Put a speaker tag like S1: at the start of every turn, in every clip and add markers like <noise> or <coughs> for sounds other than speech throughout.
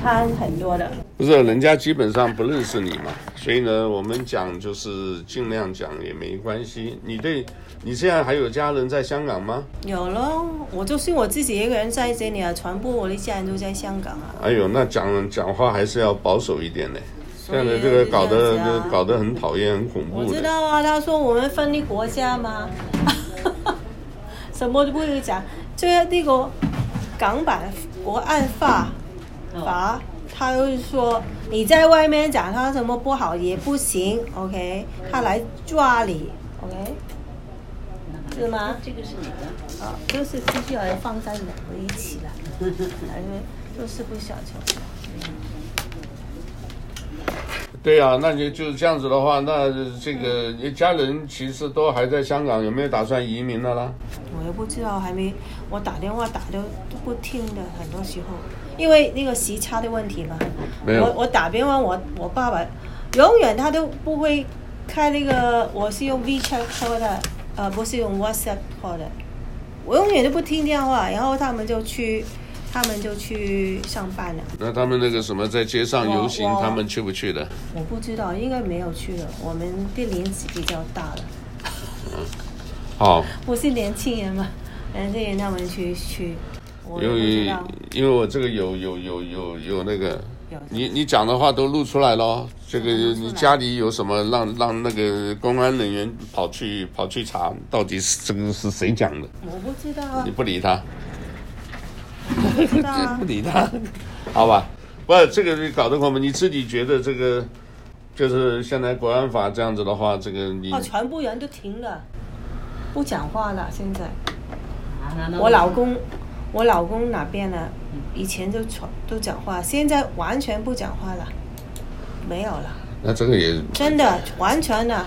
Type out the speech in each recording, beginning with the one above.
S1: 摊很多的。
S2: 不是，人家基本上不认识你嘛，所以呢，我们讲就是尽量讲也没关系。你对，你现在还有家人在香港吗？
S1: 有咯，我就算我自己一个人在这里啊，全部我的家人都在香港啊。
S2: 哎呦，那讲讲话还是要保守一点呢。
S1: 所以
S2: 现在这个搞
S1: 就
S2: 得
S1: 这样子啊
S2: 搞得很讨厌，很恐
S1: 我
S2: 怖
S1: 知
S2: 的。
S1: 道啊，他说我们分离国家嘛， <laughs> 什么都不会讲，就是那个港版国安法
S3: 哦
S1: 法，他就是说你在外面讲他什么不好也不行，OK，他来抓你，OK，是吗？
S3: 这个是你的，
S1: 啊，就是必须要放在两个一起 <laughs> 了，反正就是不小心。
S2: 对啊，那就就是这样子的话，那这个你家人其实都还在香港，有没有打算移民的啦？
S1: 我也不知道，还没我打电话打都都不听的，很多时候因为那个时差的问题嘛。
S2: 没有
S1: 我我打电话，我我爸爸永远他都不会开那个，我是用 WeChat call 的，呃，不是用 WhatsApp call 的，我永远都不听电话，然后他们就去，他们就去上班了。
S2: 那他们那个什么在街上游行
S1: 我，我
S2: 他们去不去的？
S1: 我不知道，应该没有去了，我们的年纪比较大了。
S2: 好，
S1: 我是年轻人嘛， <laughs> 年轻人他们去去，我也
S2: 因
S1: 不知
S2: 为
S1: 道。
S2: 因为我这个有有有有有那个
S1: 有，
S2: 你你讲的话都录出来咯。这个
S1: 嗯录出来
S2: 你家里有什么让让那个公安人员跑去跑去查，到底是这个是谁讲的？
S1: 我不知道啊
S2: 你，不理他，
S1: 不知道啊
S2: 不。理他，好吧？不，这个搞得我们你自己觉得这个就是现在国安法这样子的话，这个你
S1: 哦，全部人都停了，不讲话了。现在我
S3: 我老
S1: 老
S3: 公
S1: 公，我老公那边呢，以前就全都讲话，现在完全不讲话了，没有了，
S2: 那这个也
S1: 真的完全的，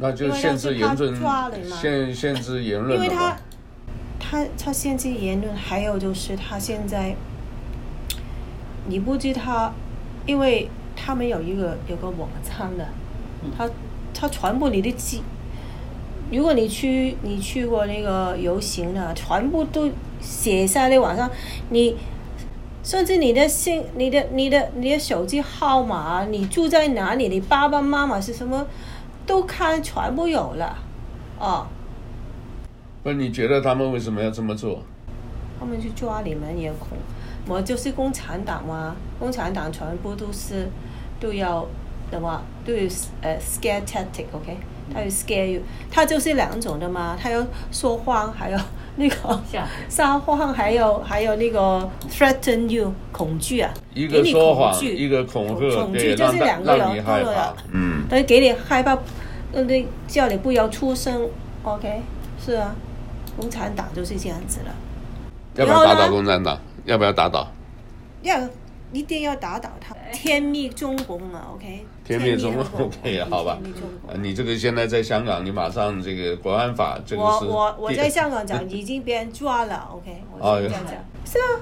S2: 那就
S1: 因为
S2: 限
S1: 要
S2: 制
S1: 是
S2: 言
S1: 他
S2: 论
S1: 抓了嘛，
S2: 限限制言论
S1: 因
S2: 了
S1: 为他
S2: 吧？
S1: 他他限制言论，还有就是他现在，你不知他，因为他们有一个有个网站的，他他传播你的记，如果你去你去过那个游行的，全部都写在那网上，你。甚至你的姓、你的、你的、你的手机号码，你住在哪里，你爸爸妈妈是什么，都看全部有了，哦，
S2: 不，你觉得他们为什么要这么做？
S1: 他们去抓你们也恐，我就是共产党嘛，共产党全部都是都要什么都有呃 scare tactic，OK，、他有 scare you，他就是两种的嘛，他要说谎，还有那个
S3: 吓
S1: 撒谎，还有还有那个 threaten you 恐惧啊，
S2: 一
S1: 给
S2: 个
S1: 你
S2: 说
S1: 恐
S2: 谎，
S1: 惧
S2: 一个恐吓，
S1: 恐
S2: 对，
S1: 惧，就是
S2: 让大
S1: 两个
S2: 让你
S1: 人都
S2: 害
S1: 有
S2: 怕
S1: 了。，
S2: 嗯，
S1: 他给你害怕，那那叫你不要出声，OK，是啊，共产党就是这样子了。
S2: 要不要打
S1: 然后
S2: 倒
S1: 呢
S2: 共产党？要不要打倒？
S1: 要一定要打倒他，天灭中共啊！OK，
S2: 天灭中
S1: 共
S2: 共 <laughs> ，OK，好吧
S1: 天灭中共
S2: 啊你这个现在在香港，你马上这个国安法，这个
S1: 我
S2: 是
S1: 我我
S2: 第
S1: 在香港讲已经被人抓了，OK，
S2: 哦
S1: 我是这样讲，是啊，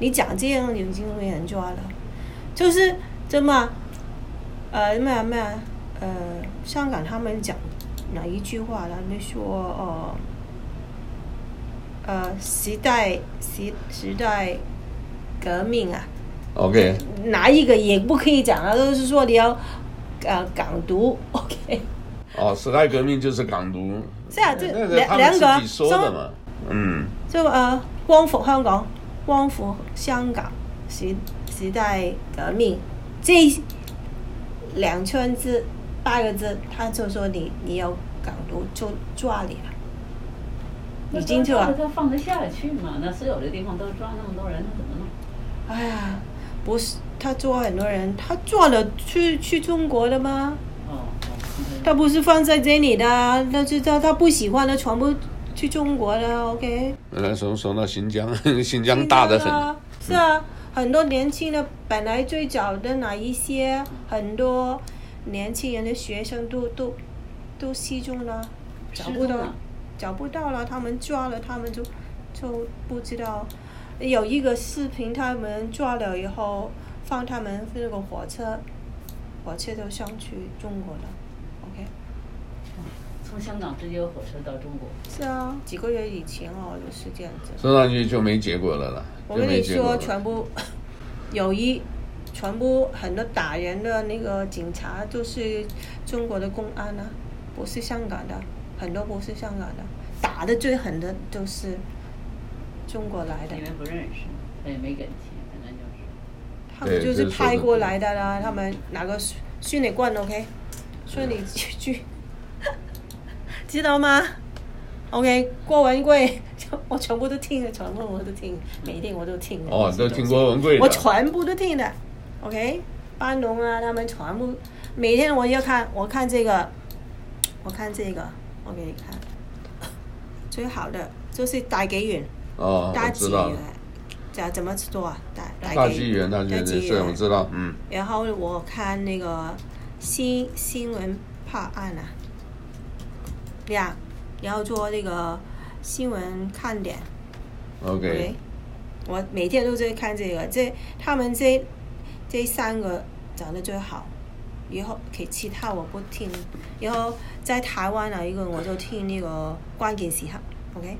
S1: 你讲这样已经被人抓了，就是怎么，呃，什么什么，呃，香港他们讲哪一句话了？他们说哦，呃，时代时时代革命啊，
S2: OK，
S1: 哪一个也不可以讲啊，都是说你要呃港独，OK，
S2: 哦，时代革命就是港独，
S1: 是啊这
S2: 那
S1: 两
S2: 他们
S1: 两个
S2: 自己说的嘛，嗯，
S1: 就呃光复香港、光复香港时时代革命这两圈字八个字，他就说你你要港独就抓你了，
S3: 已
S1: 已经
S3: 经去
S1: 就
S3: 了
S1: 啊，，
S3: 他放得下去吗？那所有的地方都抓那么多人，那怎么弄？
S1: 哎呀，不是他抓很多人，他抓了去去中国的吗？
S3: 哦，
S1: 他不是放在这里的啊，那就他他不喜欢的全部去中国的，OK。
S2: 那从从到新疆， <laughs> 新疆大得很，
S1: 啊是啊，很多年轻的本来最早的哪一些，很多年轻人的学生都都都失踪了，找不
S3: 失
S1: 到
S3: 踪了，
S1: 找不到了，他们抓了，他们就就不知道。有一个视频，他们抓了以后放他们那个火车，火车就上去中国了，OK。
S3: 从香港直接有火车到中国，
S1: 是啊，几个月以前哦，就是这样子。
S2: 说上去就没结果了啦，
S1: 我
S2: 就
S1: 跟
S2: 没
S1: 你
S2: 结果
S1: 说，
S2: 了。
S1: 全部 <coughs> 有一全部很多打人的那个警察就是中国的公安啊，不是香港的，很多不是香港的，打的最狠的就是中国来的
S3: 你，们不认识，他也没给钱，反正就是。
S1: 他们就
S2: 对
S1: 是
S2: 这是
S1: 派
S2: 说的
S1: 过
S2: 对
S1: 来的啦，他们拿个虚虚拟棍，OK，虚拟狙狙， <laughs> 知道吗？OK，郭文贵， <laughs> 我全部都听了，全部我都听，每天我都听。
S2: 哦，都听郭文贵的。
S1: 我全部都听的，OK，班农啊，他们全部每天我要看，我看这个，我看这个，我给你看， <laughs> 最好的就是大纪元，
S2: 哦，
S1: 大
S2: 我
S1: 纪
S2: 知道
S1: 元。，怎怎么做啊？大
S2: 大
S1: 纪
S2: 纪元，大纪元，
S1: 纪
S2: 对，我知道，嗯，
S1: 然后我看那个新新闻判案啊，呀，然后做那个新闻看点。
S2: OK，
S1: 对，我每天都在看这个，这他们这这三个长得最好，以后其其他我不听。然后在台湾啊，一个我就听那个关键时刻，OK，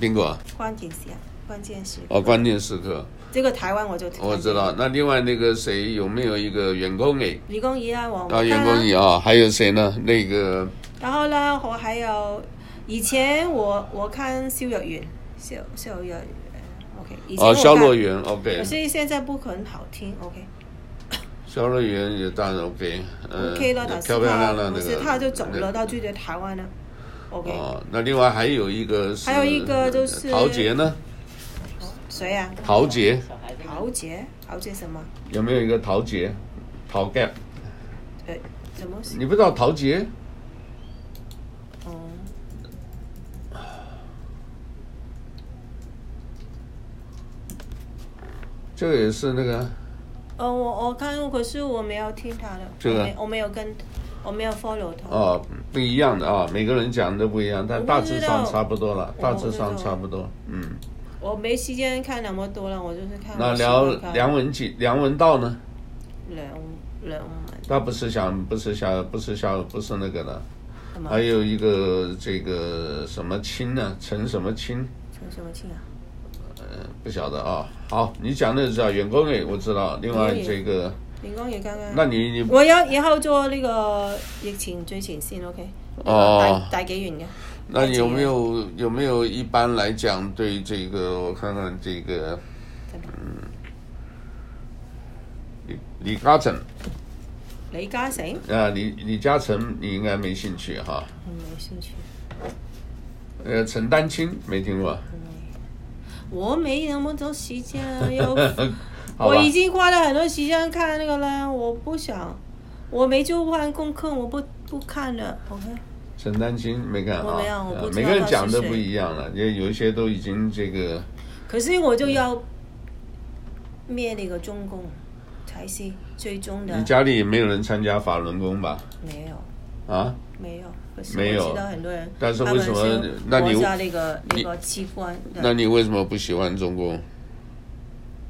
S2: 宾果，
S1: 关键时刻，关键时刻。
S2: 啊哦，关键时刻，
S1: 这个台湾我就听。
S2: 我知道。。那另外那个谁有没有一个员工诶？
S1: 李光仪啊，我我
S2: 啊，员
S1: 看
S2: 工
S1: 啊。
S2: 你啊，还有谁呢？那个
S1: 然后呢，我还有以前我我看肖若元，肖肖若元，OK，以前
S2: 哦，
S1: 我
S2: 肖若
S1: 看，
S2: 元，OK，
S1: 可是现在不很好听，OK。
S2: 肖若元也当然 OK，嗯
S1: OK 了，但是
S2: 漂漂亮
S1: 他
S2: 亮
S1: 不
S2: 那
S1: 是
S2: 个，
S1: 他就走了，
S2: 那
S1: 他就在台湾了。OK，
S2: 哦，那另外还有一个是，
S1: 还有一个就是
S2: 陶杰呢，
S1: 谁呀？
S2: 陶杰
S3: 小孩子们
S1: 陶杰，陶杰什么？
S2: 有没有一个陶杰？陶盖，
S1: 呃，怎么是？
S2: 你不知道陶杰？
S1: 嗯，
S2: 这个也是那个，
S1: 呃，我我看过，可是我没有听他的，
S2: 这个
S1: 我没我没有跟，我没有 follow 他。
S2: 哦，不一样的啊、每个人讲的不一样，但
S1: 我
S2: 大
S1: 不
S2: 致
S1: 知
S2: 上
S1: 道
S2: 差不多了，
S1: 我
S2: 大
S1: 不
S2: 致
S1: 知
S2: 上
S1: 道
S2: 差不多，嗯。
S1: 我没时间看那么多了，我就是看啊我
S2: 那
S1: 喜
S2: 聊
S1: 欢看。
S2: 梁文杰、梁文道呢？
S1: 梁梁文
S2: 他不是想，不是想，不是想，不是那个的。
S1: 什么
S2: 还？有一个这个什么清呢？陈什么清？
S1: 陈什么庆啊？
S2: 呃，不晓得啊。好，你讲的知道，员工诶，我知道。另外
S1: 员工
S2: 这
S1: 也
S2: 个，
S1: 林光宇刚刚。
S2: 那你你
S1: 我要以后做那个疫情最前线，OK？
S2: 哦
S1: 大大纪元嘅。
S2: 那你有没有有没有一般来讲对这个？我看看这个
S1: 怎么
S2: 李李嘉诚
S1: 李嘉诚？
S2: 啊，李李嘉诚你应该没兴趣哈。
S1: 嗯，没兴趣。
S2: 呃，陈丹青没听过，
S1: 我没那么多时间啊，要
S2: <laughs> 好
S1: 我
S2: 吧？
S1: 已经花了很多时间看那个了，我不想，我没做完功课，我不不看了，OK？
S2: 陈丹青没看啊，
S1: 我没有我不知
S2: 啊
S1: 道
S2: 每个人
S1: 他是
S2: 讲的
S1: 谁
S2: 不一样了，也有一些都已经这个
S1: 可是我就要灭那个中共，才是最终的
S2: 你。家里没有人参加法轮功吧？
S1: 没有，
S2: 啊，
S1: 没有。可是
S2: 没有
S1: 我知道很多人，
S2: 但是
S1: 他
S2: 为
S1: 们
S2: 什么
S1: 是
S2: 那你
S1: 国家那个
S2: 你
S1: 那个器官的，
S2: 那你为什么不喜欢中共？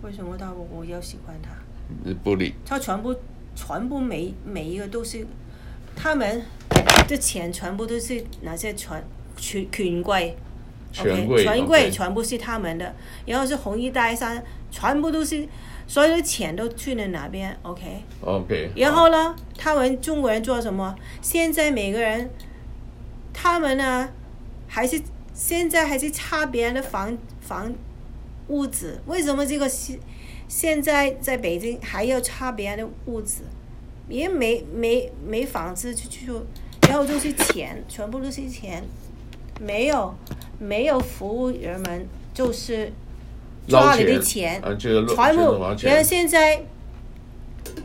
S1: 为什么他我我要喜欢他？
S2: 你不理
S1: 他全部全部每每一个都是，他们的钱全部都是那些权权权贵
S2: 权贵，
S1: 权贵
S2: OK
S1: 全部是他们的，然后是红衣大衫，全部都是所有的钱都去了哪边？OK，
S2: OK，
S1: 然后呢，他们中国人做什么？现在每个人，他们呢还是现在还是差别人的房房屋子，为什么这个现现在在北京还要差别人的屋子？也没没没房子去去住，然后就是钱，全部都是钱，没有没有服务人们，就是抓
S2: 捞
S1: 你的
S2: 钱
S1: 钱
S2: 啊，就是捞
S1: 全
S2: 就是
S1: 部
S2: 捞，
S1: 然后
S2: 钱，
S1: 现在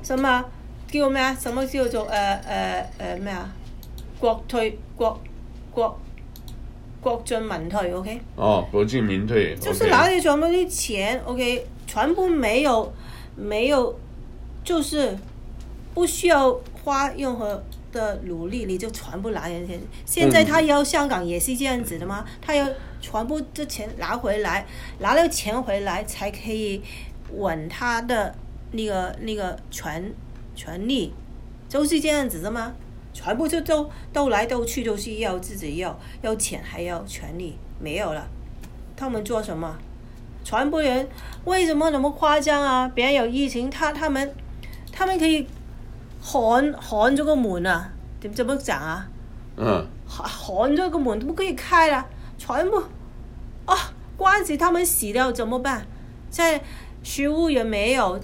S1: 什么叫咩啊？什么叫做誒誒誒咩啊？國退國國國進民退，OK？
S2: 哦，国进民退，
S1: 就是拿
S2: OK，
S1: 你全部啲錢，OK？全部沒有沒有，就是不需要花任何的努力，你就全部拿人錢。現在他要香港也是這樣子的嗎？他要全部的錢拿回來，拿了錢回來才可以穩他的那個那個權權利，就是這樣子的嗎？全部就都都來都去，就是要自己要要錢，還要權利，沒有了。他们做什么？传播人为什么那么夸张啊？别人有疫情，他他们他们可以喊喊这个门啊，怎怎么讲啊？
S2: 嗯，
S1: 喊喊这个门都不可以开了，全部啊，关系他们死掉怎么办？在食物也没有，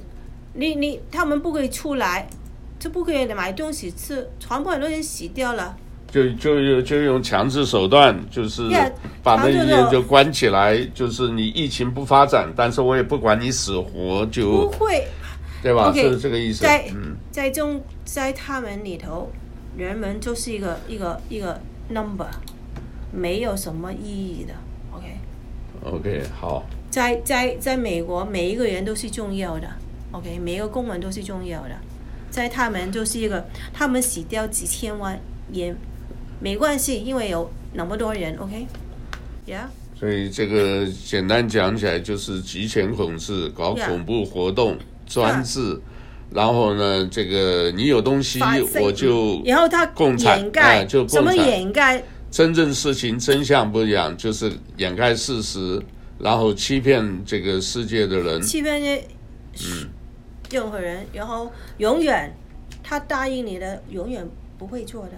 S1: 你你他们不可以出来，就不可以买东西吃，全部很多人死掉了。
S2: 就就就用强制手段，就是
S1: 呀
S2: 把那
S1: 强制
S2: 医
S1: 的
S2: 院就关起来，就是你疫情不发展，但是我也不管你死活，
S1: 不
S2: 就
S1: 会，
S2: 对吧？
S1: OK，
S2: 是这个意思。
S1: 在
S2: 嗯，
S1: 在中在他们里头，人们就是一个一个一个 number，没有什么意义的。OK，
S2: OK，好，
S1: 在在在美国，每一个人都是重要的。OK，每一个公民都是重要的。在他们就是一个，他们死掉几千万也没关系，因为有那么多人。OK，Yeah，、
S2: 所以这个简单讲起来就是极权统治，搞
S1: Yeah
S2: 恐怖活动、专制，然后呢，这个你有东西
S1: 发生
S2: 我就
S1: 然后他
S2: 共产
S1: 掩盖、
S2: 哎就共
S1: 什么
S2: 产
S1: 掩盖？
S2: 真正事情真相不一样，就是掩盖事实，然后欺骗这个世界的人。嗯
S1: 欺骗人，任何人，然后永远他答应你的，永远不会做的，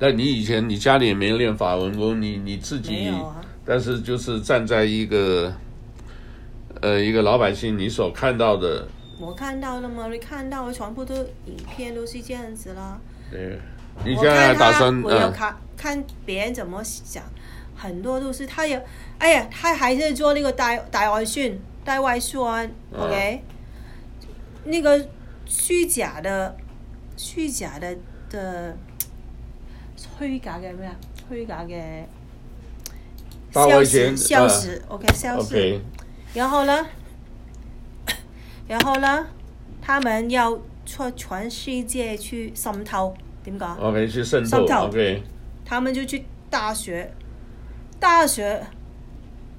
S2: 那你以前你家里也没练法轮功，你你自
S1: 没
S2: 己，
S1: 有啊。
S2: 但是就是站在一个，呃，一个老百姓你所看到的，
S1: 我看到了吗？你看到的全部都影片都是这样子啦。
S2: 呃，你
S1: 我
S2: 现在
S1: 看
S2: 打
S1: 他，
S2: 算
S1: 我有
S2: 嗯
S1: 看、看别人怎么想，很多都是他有，哎呀，他还在做那个带带外宣、带外宣、
S2: 嗯
S1: o k 那个虚假的、虚假的的虚假嘅咩啊？虚假嘅
S2: 大
S1: 消
S2: 外
S1: 失、
S2: 宣
S1: 消
S2: 嗯
S1: 失、o k 消失。
S2: ，OK，
S1: 然后呢，然後呢，他們要出全世界去滲透，點講？
S2: OK 去渗透
S1: 渗透
S2: ，OK，
S1: 他們就去大學，大學，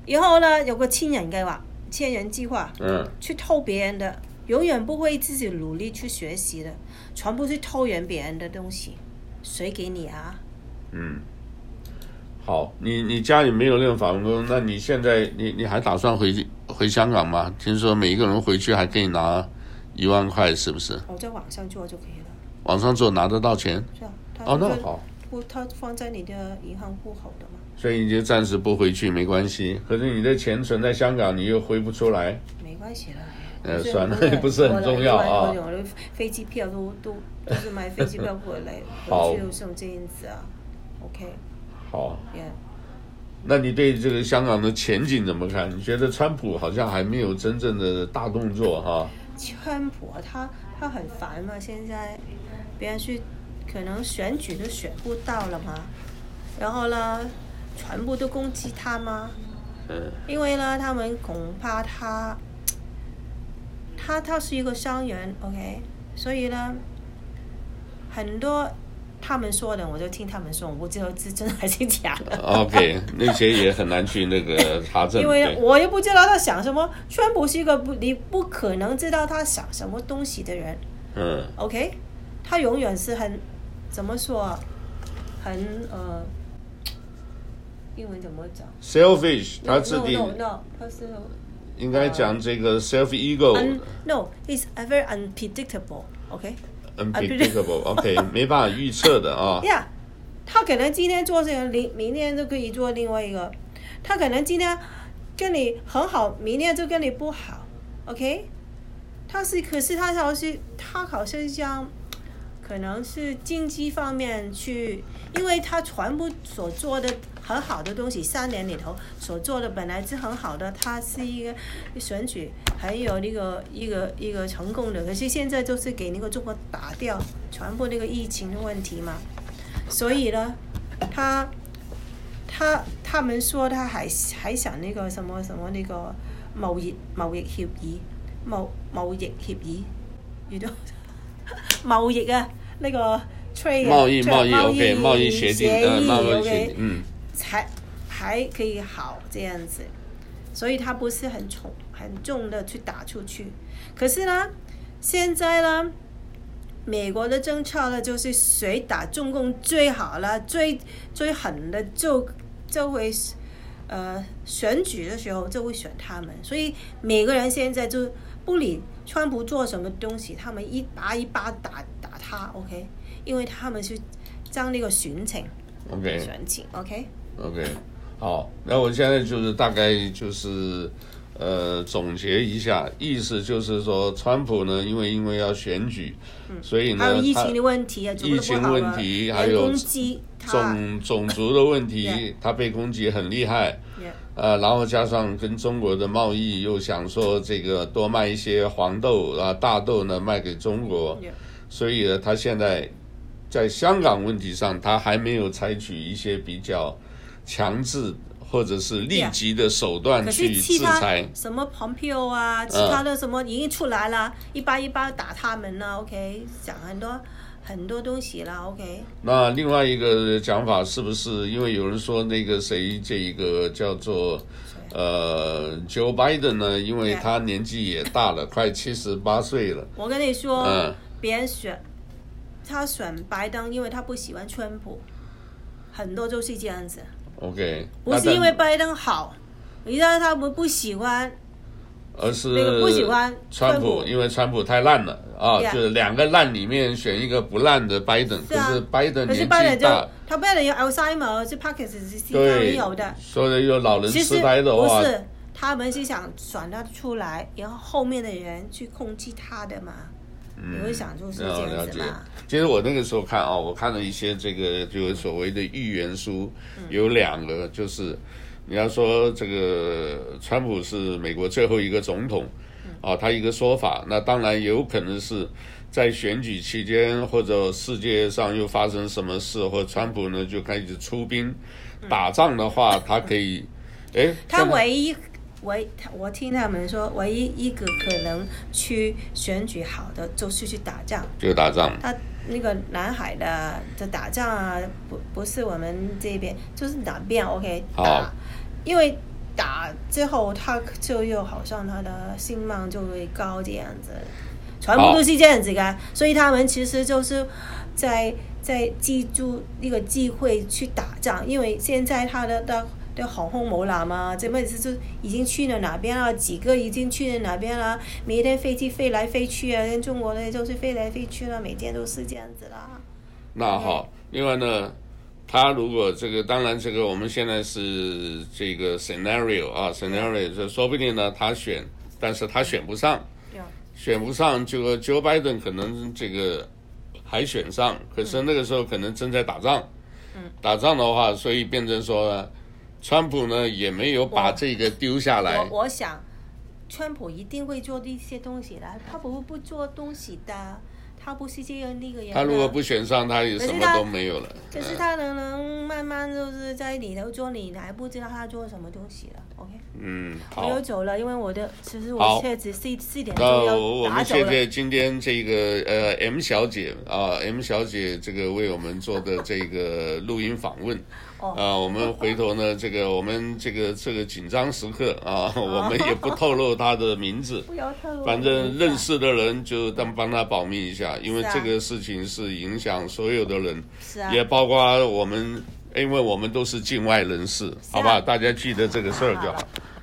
S1: 然後呢，有個千人計劃，千人計劃，
S2: 嗯，
S1: 去偷別人的，永遠不會自己努力去學習的，全部去偷人別人的東西，誰給你啊？
S2: 嗯，好，你你家里没有练法轮功，那你现在你你还打算回去回香港吗？听说每一个人回去还可以拿一万块，是不是？
S1: 我在網上做就可以了，
S2: 网上做拿得到钱？
S1: 是啊，他
S2: 哦，那
S1: 就
S2: 好，
S1: 不，他放在你的銀行户口的嘛，
S2: 所以你就暂时不回去没关系。可是你的钱存在香港，你又回不出来，
S1: 沒關係啦。
S2: 呃，
S1: 是
S2: 算了，不
S1: 不
S2: 是很重要啊
S1: 我的。我的飞机票都都都是买飞机票过
S2: <laughs>
S1: 来，
S2: 好
S1: 回去就是这样子啊。OK，
S2: 好，
S1: yeah.
S2: 那你对这个香港的前景怎么看？你觉得川普好像还没有真正的大动作哈？
S1: 川普啊他他很烦嘛，现在别人去可能选举都选不到了嘛，然后呢，全部都攻击他嘛，
S2: 嗯
S1: 因为呢，他们恐怕他，他他是一个商人，OK，所以呢，很多他们说的我就听他们说，我不知道是真还是假的。
S2: ，OK，那些也很难去那个查证。
S1: 因为
S2: 哦对，
S1: 我也不知道他想什么，川普是一个不你不可能知道他想什么东西的人
S2: 嗯
S1: ，OK？他永远是很怎么说啊，很呃，英文怎么讲
S2: ，selfish，他制
S1: no,
S2: 定
S1: no, no, no，他是
S2: 应该讲这
S1: 嗯
S2: 个 self ego
S1: un no it's a very unpredictable OK
S2: unpredictable。OK，没办法预测的啊。
S1: 啊 <laughs> 呀他可能今天做这个，明明天就可以做另外一个，他可能今天跟你很好，明天就跟你不好，OK？他是可是他好像是他好像像可能是经济方面去，因为他全部所做的很好的东西，三年里头所做的本来是很好的，他是一个选举，还有那个一个一个成功的，可是现在就是给那个中国打掉全部那个疫情的问题嘛，所以呢，他他他们说他还还想那个什么什么那个贸易贸易協議貿貿易協議，遇到 <laughs> 貿易啊那個 trade 啊
S2: 贸易
S1: trade-
S2: 贸易
S1: 貿
S2: OK，贸易协定，嗯，贸易协
S1: OK
S2: 定，嗯。
S1: 才还可以好这样子，所以他不是很重很重的去打出去。可是呢，现在呢，美国的政策呢，就是谁打中共最好了，最最狠的就就会呃选举的时候就会选他们，所以每个人现在就不理川普做什么东西，他们一巴一巴打打他，OK，因为他们是争那个选情，
S2: OK
S1: 选情，OK，
S2: OK，好，那我现在就是大概就是呃总结一下，意思就是说，川普呢，因为因为要选举，所以呢，
S1: 嗯还有疫
S2: 他
S1: 情的问题啊，做得
S2: 疫
S1: 不
S2: 情
S1: 好
S2: 问
S1: 啊
S2: 题，
S1: 人
S2: 还有
S1: 攻击他，
S2: 种种族的问题
S1: Yeah，
S2: 他被攻击很厉害。
S1: Yeah
S2: 呃，然后加上跟中国的贸易，又想说这个多卖一些黄豆啊、大豆呢卖给中国
S1: Yeah
S2: 所以呢，他现在在香港问题上，他还没有采取一些比较强制或者是立
S1: Yeah
S2: 即的手段
S1: 啊可
S2: 去
S1: 是其
S2: 制
S1: 他
S2: 裁。
S1: 什么 Pompeo
S2: 嗯
S1: 啊，其他的什么已经出来了，一巴一巴打他们了，OK，讲很多很多东西了，OK，
S2: 那另外一个讲法是不是因为有人说那个谁，这一个叫做呃 Joe Biden 呢？因为
S1: 对啊
S2: 他年纪也大了，快七十八岁了，
S1: 我跟你说，
S2: 嗯
S1: 别人选他选拜登，因为他不喜欢川普，很多就是这样子，
S2: OK，
S1: 不
S2: 那
S1: 是
S2: 但
S1: 因为拜登好，你让他们不喜欢，
S2: 而是
S1: 那个不喜欢
S2: 川
S1: 川
S2: 普，
S1: 普
S2: 因为川普太烂了啊，
S1: Yeah
S2: 就是两个烂里面选一个不烂的拜登，
S1: 是啊
S2: 可是拜登
S1: 可是
S2: 年
S1: 拜登
S2: 纪大
S1: 就，他拜登有 Alzheimer，是 Parkinson 是西方人
S2: 对
S1: 有的，，
S2: 所以有老人
S1: 其
S2: 痴
S1: 实
S2: 呆的
S1: 不
S2: 话，
S1: 是，他们是想转他出来，然后后面的人去控制他的嘛。你会想就是这
S2: 嗯，了
S1: 样子
S2: 解
S1: 嘛？。
S2: 其实我那个时候看啊、我看了一些这个就是所谓的预言书，有两个就是你要说这个川普是美国最后一个总统，啊，他一个说法，那当然也有可能是。在选举期间，或者世界上又发生什么事，或川普呢就开始出兵打仗的话，他可以，哎，
S1: 他
S2: 这个
S1: 唯一唯他我听他们说，唯一一个可能去选举好的就是去打仗。
S2: 就打仗，
S1: 他那个南海的这打仗啊，不不是我们这边，就是哪边 OK
S2: 好
S1: 打，因为打之后他就又好像他的性命就会高这样子，全部
S2: 好
S1: 都是这样子的，所以他们其实就是在在记住那个机会去打仗，因为现在他的的。的航空母舰啊，这么是就已经去了哪边了？几个已经去了哪边了？每天飞机飞来飞去啊，跟中国的就是飞来飞去了，每天都是这样子啦。
S2: 那好，另外呢，他如果这个，当然这个我们现在是这个 scenario 啊，scenario，就说不定呢他选，但是他选不上，选不上，这个 Joe Biden 可能这个还选上，可是那个时候可能正在打仗，打仗的话，所以变成说呢，川普呢也没有把
S1: 我
S2: 这个丢下来
S1: 我，我想，川普一定会做一些东西的，他不会不做东西的，他不是这样那个人的。
S2: 他如果不选上，他也
S1: 可是
S2: 什么
S1: 他
S2: 都没有了。
S1: 可是
S2: 嗯
S1: 他能能慢慢就是在里头做，你还不知道他做什么东西了。OK，
S2: 嗯，
S1: 我
S2: 好
S1: 要。走了，因为我的其实
S2: 好
S1: 我现在四四点钟
S2: 那我
S1: 要
S2: 们
S1: 打走
S2: 谢
S1: 了。
S2: 谢今天这个呃 M 小姐啊，M 小姐这个为我们做的这个录音访问
S1: 哦
S2: 啊，我们回头呢， <laughs> 这个我们这个这个紧张时刻啊，
S1: 哦
S2: <laughs> 我们也不透露她的
S1: <laughs>
S2: 名字，
S1: 不要透露
S2: 反正认识的人就当帮她保密一下，因为
S1: 是啊
S2: 这个事情是影响所有的人，
S1: 是啊，
S2: 也包括我们，因为我们都是境外
S1: 嗯
S2: 人士，好吧？大家记得这个事儿就好。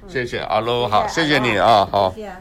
S2: 谢谢阿喽，好，谢谢你啊，好。
S1: 谢谢啊。